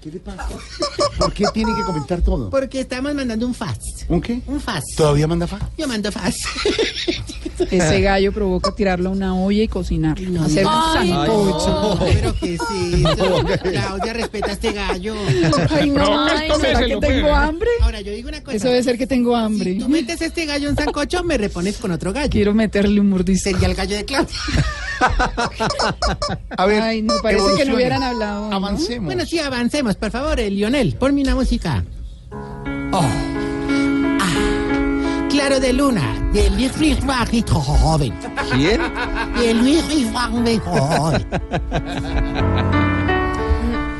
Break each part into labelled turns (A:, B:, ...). A: ¿Qué le pasa? ¿Por qué tiene que comentar todo?
B: Porque estamos mandando un fast.
A: ¿Un qué?
B: Un fast.
A: ¿Todavía manda fa?
B: Yo mando fast.
C: Ese gallo provoca tirarlo a una olla y cocinarlo.
B: No,
C: hacer
B: no.
C: un sancocho.
B: No, Oh, pero que sí. Claudia, respeta a este gallo.
C: Ay, no,
D: Provoca,
C: ay,
D: esto
C: ¿será
D: me
C: que
D: lo
C: tengo
D: pega.
C: hambre?
B: Ahora, yo digo una cosa.
C: Eso debe ser que tengo hambre.
B: Si tú metes este gallo en sancocho, me repones con otro gallo.
C: Quiero meterle un mordisco.
B: Sería el gallo de Claudia.
A: A ver.
C: Ay, no, parece que
A: evolucione.
C: no hubieran hablado hoy, ¿no?
A: Avancemos.
B: Bueno, sí, avancemos, por favor, eh, Lionel, ponme una música. Ah, claro de Luna, de Luis Frijuagito joven.
E: ¿Quién?
B: De Luis Frijuagito joven.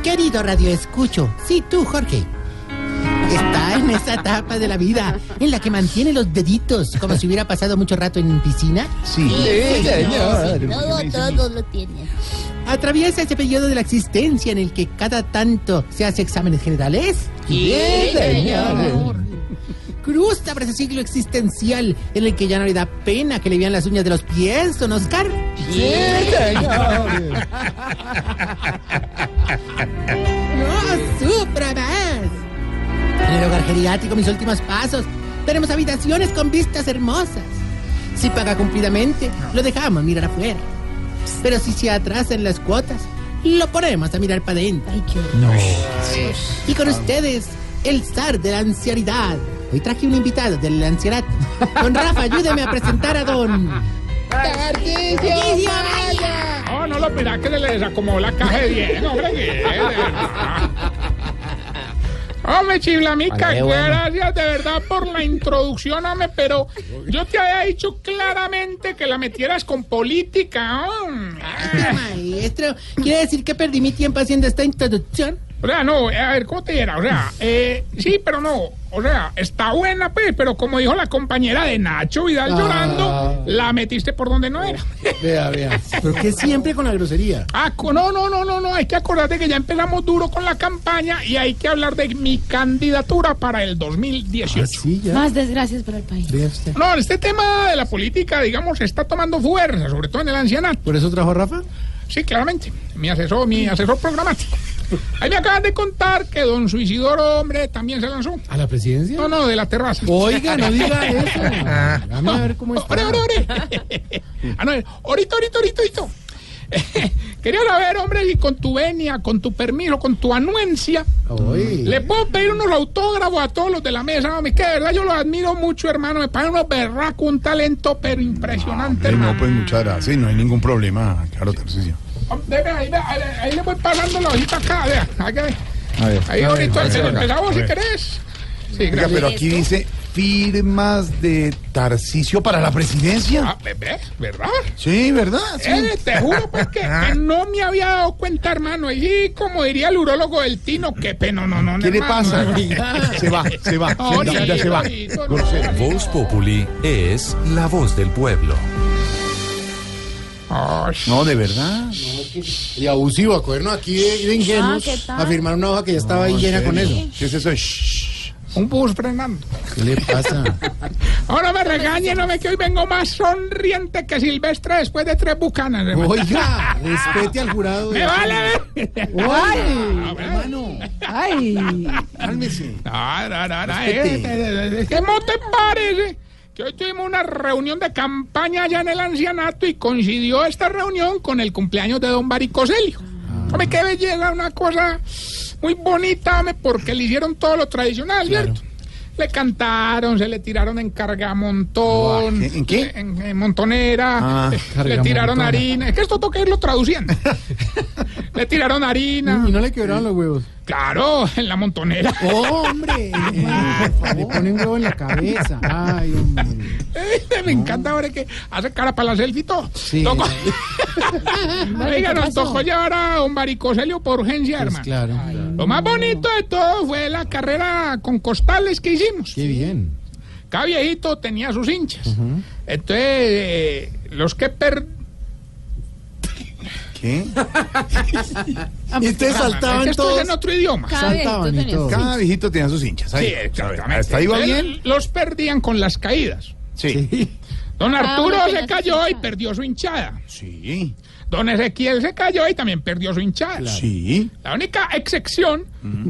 B: Querido Radio Escucho, sí tú, Jorge. Está en esa etapa de la vida en la que mantiene los deditos como si hubiera pasado mucho rato en piscina.
A: Sí.
F: Todo, todo lo tiene.
B: Atraviesa ese periodo de la existencia en el que cada tanto se hace exámenes generales. Cruza por ese ciclo existencial en el que ya no le da pena que le vean las uñas de los pies, don Oscar. No supra más. En el hogar geriátrico, mis últimos pasos. Tenemos habitaciones con vistas hermosas. Si paga cumplidamente, lo dejamos mirar afuera. Pero si se atrasan las cuotas, lo ponemos a mirar para adentro.
F: Ay, qué
B: Y con ustedes, el zar de la ancianidad. Hoy traje un invitado de la ancianidad. Don Rafa, ayúdeme a presentar a don... ¡Tarcisio Maya!
D: No, no lo mirá que se le desacomodó la caja de 10, hombre. que- Hombre, Chiblamica,
A: Vale, bueno.
D: gracias de verdad por la introducción, hombre, pero yo te había dicho claramente que la metieras con política, hombre.
B: Maestro, ¿quiere decir que perdí mi tiempo haciendo esta introducción?
D: O sea, no, eh, a ver, ¿cómo te dirá? O sea, eh, sí, pero no. O sea, está buena, pues, pero como dijo la compañera de Nacho Vidal
A: Ah.
D: llorando, la metiste por donde no era.
A: Vea, vea. ¿Pero qué siempre con la grosería?
D: Ah, co- no, no, no, no, no, hay que acordarte que ya empezamos duro con la campaña y hay que hablar de mi candidatura para
A: Ah,
D: el 2018.
A: Sí, ya.
G: Más desgracias para el país.
A: Vea usted.
D: No, este tema de la política, digamos, está tomando fuerza, sobre todo en el ancianato.
A: ¿Por eso trajo a Rafa?
D: Sí, claramente, mi asesor, mi asesor programático. Ahí me acaban de contar que don Suicidoro, hombre, también se lanzó.
A: ¿A la presidencia?
D: No, no, de la terraza.
A: Oiga, no diga eso. Dame a ver Oh, cómo está.
D: Ore, ore, ore. Ah, no, ahorita, ahorita, ahorita, ahorita. Quería saber, hombre, si con tu venia, con tu permiso, con tu anuencia,
A: Oye.
D: le puedo pedir unos autógrafos a todos los de la mesa, hombre, que de verdad yo los admiro mucho, hermano. Me pagan unos berracos, un talento, pero impresionante,
H: Hombre,
D: hermano.
H: no, pues muchas gracias, no hay ningún problema, claro, Tarcisio.
D: Hombre, vea, ahí, vea, ahí, ahí le voy pasando la hojita acá, vea. ahí que-
H: A ver.
D: Ahí, ahorita,
H: a ver,
D: ahorita,
H: acá,
D: empezamos
H: a
D: si
H: ver.
D: querés. Sí,
H: Oiga,
D: gracias.
H: pero aquí dice firmas de Tarcisio para la presidencia.
D: Ah, ve, ve, ¿verdad?
H: Sí, ¿verdad? Sí.
D: Eh, te juro pues que, que no me había dado cuenta, hermano. Y como diría el urólogo del Tino, qué pena, no, no, no.
H: ¿Qué le
D: hermano,
H: pasa?
D: no.
H: Se va, se va,
D: No,
H: ya, ya se va.
D: no, no,
H: Grosero.
D: no.
I: Voz Populi es la voz del pueblo.
D: Ay,
H: No, de verdad.
A: Y abusivo, acuerdo aquí de, de ingenuos
G: Ah, ¿qué tal?
A: a firmar una hoja que ya estaba ahí llena con eso.
H: ¿Qué es eso? Shh.
D: Un bus frenando.
A: ¿Qué le pasa?
D: Ahora me regañen, no me que hoy vengo más sonriente que Silvestre después de tres bucanas. hermano.
A: Oiga, respete al jurado.
D: ¡Me vale! ver.
A: ¡Ay! Hermano,
C: Ay,
A: cálmese.
D: No, no, no, no,
A: Respete.
D: eh, eh, eh, eh, ¿Cómo te parece? Que hoy tuvimos una reunión de campaña allá en el ancianato y coincidió esta reunión con el cumpleaños de don Baricoselio.
H: Ah.
D: Hombre, qué belleza, una cosa muy bonita, hombre, porque le hicieron todo lo tradicional, ¿cierto? Le cantaron, se le tiraron en cargamontón. eh,
H: ¿En- en qué?
D: En, en montonera. eh,
H: Ah,
D: le tiraron harina. Es que esto toca irlo traduciendo. le tiraron harina.
A: Y no le quebraron los huevos.
D: Claro, en la montonera.
A: Oh, ¡Hombre! Le ponen huevo en la cabeza. ¡Ay, hombre!
D: Eh, Me encanta ahora que hace cara para la selfie y todo.
A: Sí.
D: Tocó-
G: Vale,
D: Oiga,
G: ¿qué
D: nos
G: pasó?
D: tocó llevar a un baricoselio por urgencia,
A: Pues
D: hermano.
A: claro.
D: Lo más bonito de todo fue la carrera con costales que hicimos.
A: ¡Qué bien!
D: Cada viejito tenía sus hinchas. Entonces, eh, los que per...
H: ¿Qué?
A: Y ustedes
D: Es que
A: saltaban
D: esto es
A: todos.
D: en otro idioma.
G: Cada vez tú
A: Saltaban y
G: tenías-
A: todo.
H: Cada viejito tenía sus hinchas. Ahí,
D: Sí, exactamente.
H: ¿Hasta ahí va
D: Entonces,
H: bien?
D: Los perdían con las caídas.
H: Sí.
D: Don
G: Ah,
D: Arturo
G: bueno,
D: se
G: tenía su
D: cayó y
G: hinchada.
D: perdió su hinchada.
H: Sí.
D: Don Ezequiel se cayó y también perdió su hinchada.
H: Sí.
D: La única excepción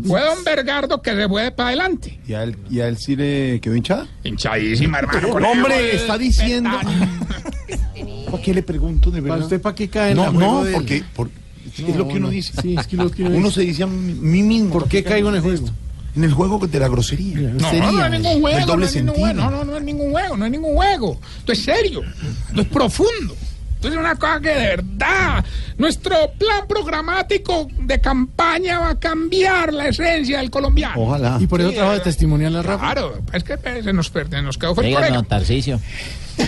D: fue don Bergardo que se fue para adelante.
H: ¿Y a él, y a él sí le quedó hinchada?
D: Hinchadísima, hermano. con el
H: Hombre,
D: gol
H: está diciendo.
D: petaño.
H: ¿Para qué le pregunto de
A: ¿Para
H: verdad?
A: usted para qué cae en la
H: No,
A: juego
H: no,
A: del-
H: porque, por- es
A: No,
H: lo que uno
A: no.
H: dice.
A: Sí, es que lo que uno
H: Uno
A: dice.
H: se dice a mí mismo.
A: ¿Por qué caigo en el juego?
H: En el juego de la grosería.
D: No,
A: Sería.
D: no es ningún juego.
H: El doble
D: no es
H: sentido.
D: ningún juego, no, no, no es ningún juego, no es ningún juego. Esto es serio, esto es profundo. Esto es una cosa que de verdad, nuestro plan programático de campaña va a cambiar la esencia del colombiano.
H: Ojalá.
A: Y por eso trabaja de testimonial la Rafa.
D: Claro, es que eh, se nos perdió, nos quedó fuera.
E: Diga,
D: Oiga,
E: no, Tarcicio.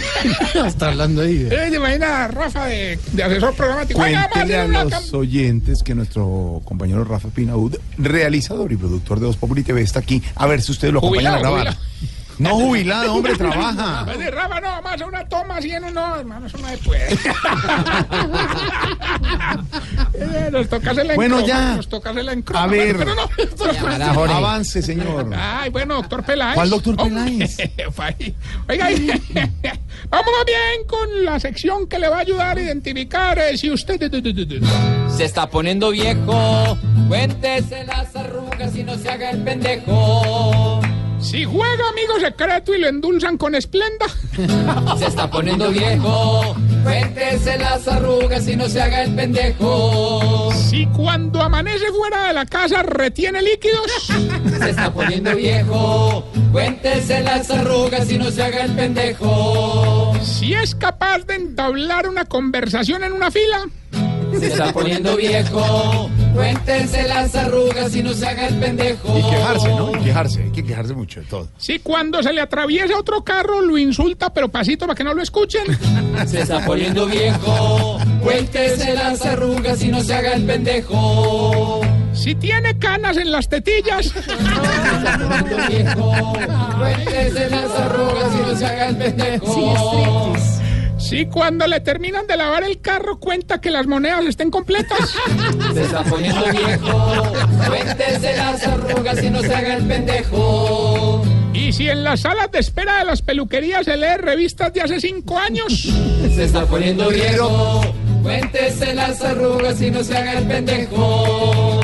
A: Está hablando ahí. de-
D: Eh, ¿Te imaginas a Rafa de, de asesor programático? Oiga, vamos a
H: Cuéntenle
D: hacer
H: a
D: una
H: los
D: cam-
H: oyentes que nuestro compañero Rafa Pinaud, realizador y productor de Dos Populi TV, está aquí. A ver si ustedes lo acompañan a
D: Jubilado,
H: grabar. No jubilado, hombre, trabaja.
D: Pues de Rafa, no, vamos a hacer una toma así en uno, hermano, eso no se puede. Eh, nos toca hacerla en
H: Bueno,
D: croma,
H: ya.
D: Nos toca hacerla en croma,
H: A ver,
D: Pero no,
E: Llamará Jorge.
H: avance, señor.
D: Ay, bueno, doctor Peláez.
H: ¿Cuál doctor
D: Hombre,
H: Peláez?
D: fai- Oiga, y- vámonos bien con la sección que le va a ayudar a identificar eh, si usted...
E: Se está poniendo viejo. Cuéntese las arrugas y no se haga el pendejo.
D: Si juega amigo secreto y lo endulzan con esplenda.
E: Se está poniendo viejo. Cuéntese las arrugas y no se haga el pendejo.
D: Si cuando amanece fuera de la casa retiene líquidos.
E: Se está poniendo viejo. Cuéntese las arrugas y no se haga el pendejo.
D: Si es capaz de entablar una conversación en una fila.
E: Se está poniendo viejo. Cuéntese las arrugas y no se haga el pendejo.
H: Y quejarse, ¿no? Y quejarse. Hay que quejarse mucho de todo.
D: Si cuando se le atraviesa otro carro lo insulta pero pasito para que no lo escuchen.
E: Se está poniendo viejo. Cuéntese las arrugas y no se haga el pendejo.
D: Si tiene canas en las tetillas.
E: Viejo, cuéntese las arrugas y no se haga el pendejo.
D: Si cuando le terminan de lavar el carro cuenta que las monedas estén completas.
E: Se está poniendo viejo. Cuéntese las arrugas y no se haga el pendejo.
D: Y si en las salas de espera de las peluquerías se lee revistas de hace cinco años.
E: Se está poniendo viejo. Cuéntese las arrugas y no se haga el pendejo.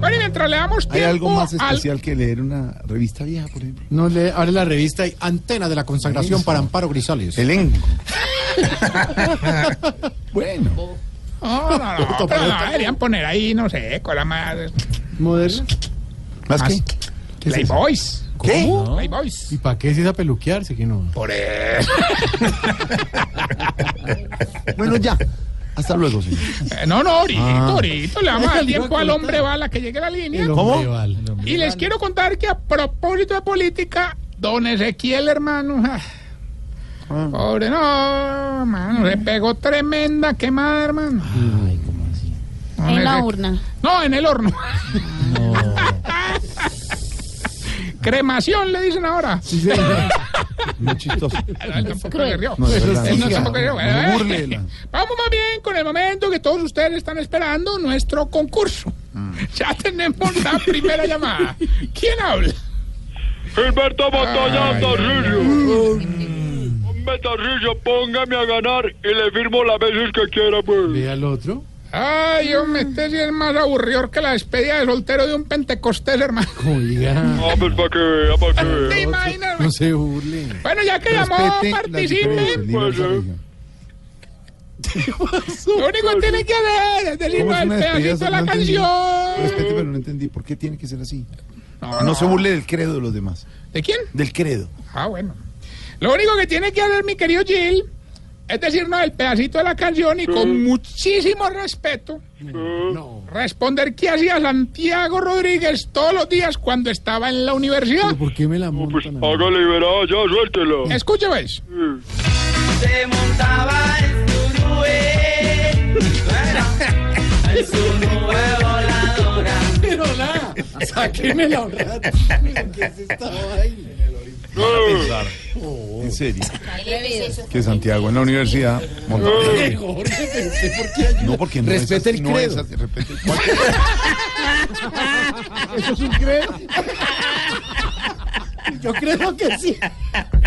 D: Bueno, y mientras le damos
H: Hay
D: tiempo
H: algo más
D: al-
H: especial que leer una revista vieja, por ejemplo.
A: No le abre la revista y Antena de la Consagración para Amparo Grisales.
H: Elenco. bueno.
D: No, no, no, pero no, deberían poner ahí, no sé, con la más...
A: Moderna.
H: ¿Más qué?
D: Playboys.
H: ¿Qué?
D: ¿Cómo? Playboys.
A: ¿Y para qué es esa peluquearse que no?
D: Por eso.
H: Bueno, ya. Hasta luego, señor.
D: Eh, No, no, ahorita, ahorita le vamos a dar
A: Ay, le iba a
D: tiempo al
A: contar.
D: hombre bala que llegue a la línea.
A: El hombre vale.
D: Y les quiero contar que a propósito de política, don Ezequiel, hermano. ah, Pobre, no, hermano, le pegó tremenda quemada, hermano. Don
G: En la
D: Ezequiel-
G: urna.
D: No, en el horno. Cremación le dicen ahora.
A: Sí, sí.
H: Muy chistoso.
D: Él tampoco
G: cruel.
D: se rió.
H: No, de verdad.
D: Él no tampoco se rió.
H: No burlen.
D: Vamos más bien con el momento que todos ustedes están esperando, nuestro concurso. Ya tenemos la primera llamada. ¿Quién habla?
J: Gilberto Montoya
D: Ay,
J: Tarrillo. Hombre, Tarrillo, póngame a ganar y le firmo las veces que quiera, pues.
A: Ve al otro.
D: Ay, hombre, este sí es más aburrido que la despedida de soltero de un pentecostés, hermano.
A: Oiga,
J: Ah, pues para que vea, para que
D: ¿Te
J: vea.
D: imaginas?
A: no se burle.
D: Bueno, ya que llamó,
H: Respete las diferencias,
D: participe.
H: libre
J: pues,
H: desarrollo.
D: Lo único que tiene que hacer es
H: ¿Cómo
D: decirnos
H: es
D: el
H: una despedida?
D: pedacito de la
H: No entendí. Respete,
D: canción.
H: pero no entendí. ¿Por qué tiene que ser así? No se burle del credo de los demás.
D: ¿De quién?
H: Del credo.
D: Ah, bueno. Lo único que tiene que hacer mi querido Gil es decirnos el pedacito de la canción y con muchísimo respeto responder qué hacía Santiago Rodríguez todos los días cuando estaba en la universidad.
A: Pero ¿Por qué me la
J: Pues
A: montan? a mí?
J: hágale y verá, ya, suéltela.
D: Escúchame.
E: Se montaba el turúe. En su nube voladora.
A: Sáqueme la honra. ¿Qué es esta vaina?
J: Eh,
A: Oh.
H: En serio. Que Santiago en la universidad. montó-
A: Jorge, pensé, ¿por qué ayuda?
H: No, porque no
A: Respete
H: es así,
A: el
H: no es
A: credo.
H: así, respete el-
A: ¿Eso es un credo? Yo creo que sí.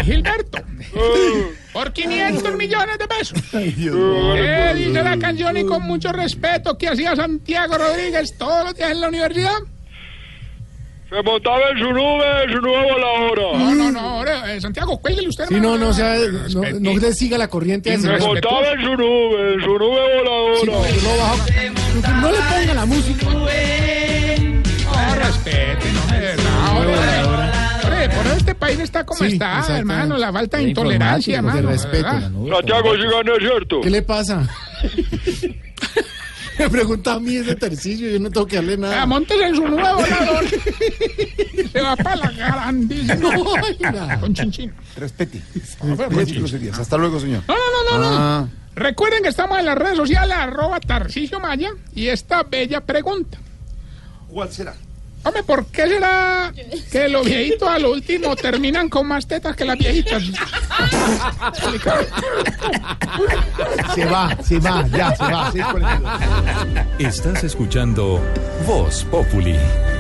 D: Gilberto.
J: eh.
D: por 500 millones de pesos.
H: Ay, Dios
D: Eh, dice la canción y con mucho respeto que hacía Santiago Rodríguez todos los días en la universidad.
J: Se montaba en su nube, en su nube voladora.
D: No, no, no, ahora, eh, Santiago, cuélguele usted.
A: Mm. Sí, no,
D: hermano.
A: no, o sea, no,
D: Respete.
A: no le siga la corriente a ese.
J: Se
A: No,
J: montaba en su nube, en su nube voladora.
A: no, bajo- no le ponga la música.
D: No, respete, no, de verdad, hombre. Hombre, Por eso este país está como
A: Sí,
D: está,
A: exactamente.
D: hermano, la falta de intolerancia,
A: de
D: hermano.
A: respeto.
D: ¿verdad?
A: ¿no?
J: Santiago, sigan el cierto.
A: ¿Qué le pasa? Me pregunta a mí ese ejercicio, yo no tengo que darle
D: Ah,
A: nada.
D: Montes en su nuevo volador. Se va para la grandísima.
A: Oiga. Este,
D: Con chinchín.
H: Respete. Respete groserías. Hasta luego, señor.
D: No, no, no, no, no.
H: Ah.
D: Recuerden que estamos en las redes sociales, arroba Tarcicio Maya, y esta bella pregunta.
H: ¿Cuál será?
D: Hombre, ¿por qué será que los viejitos a lo último terminan con más tetas que las viejitas?
A: Se va, se va, ya, se va.
I: Estás escuchando Voz Populi.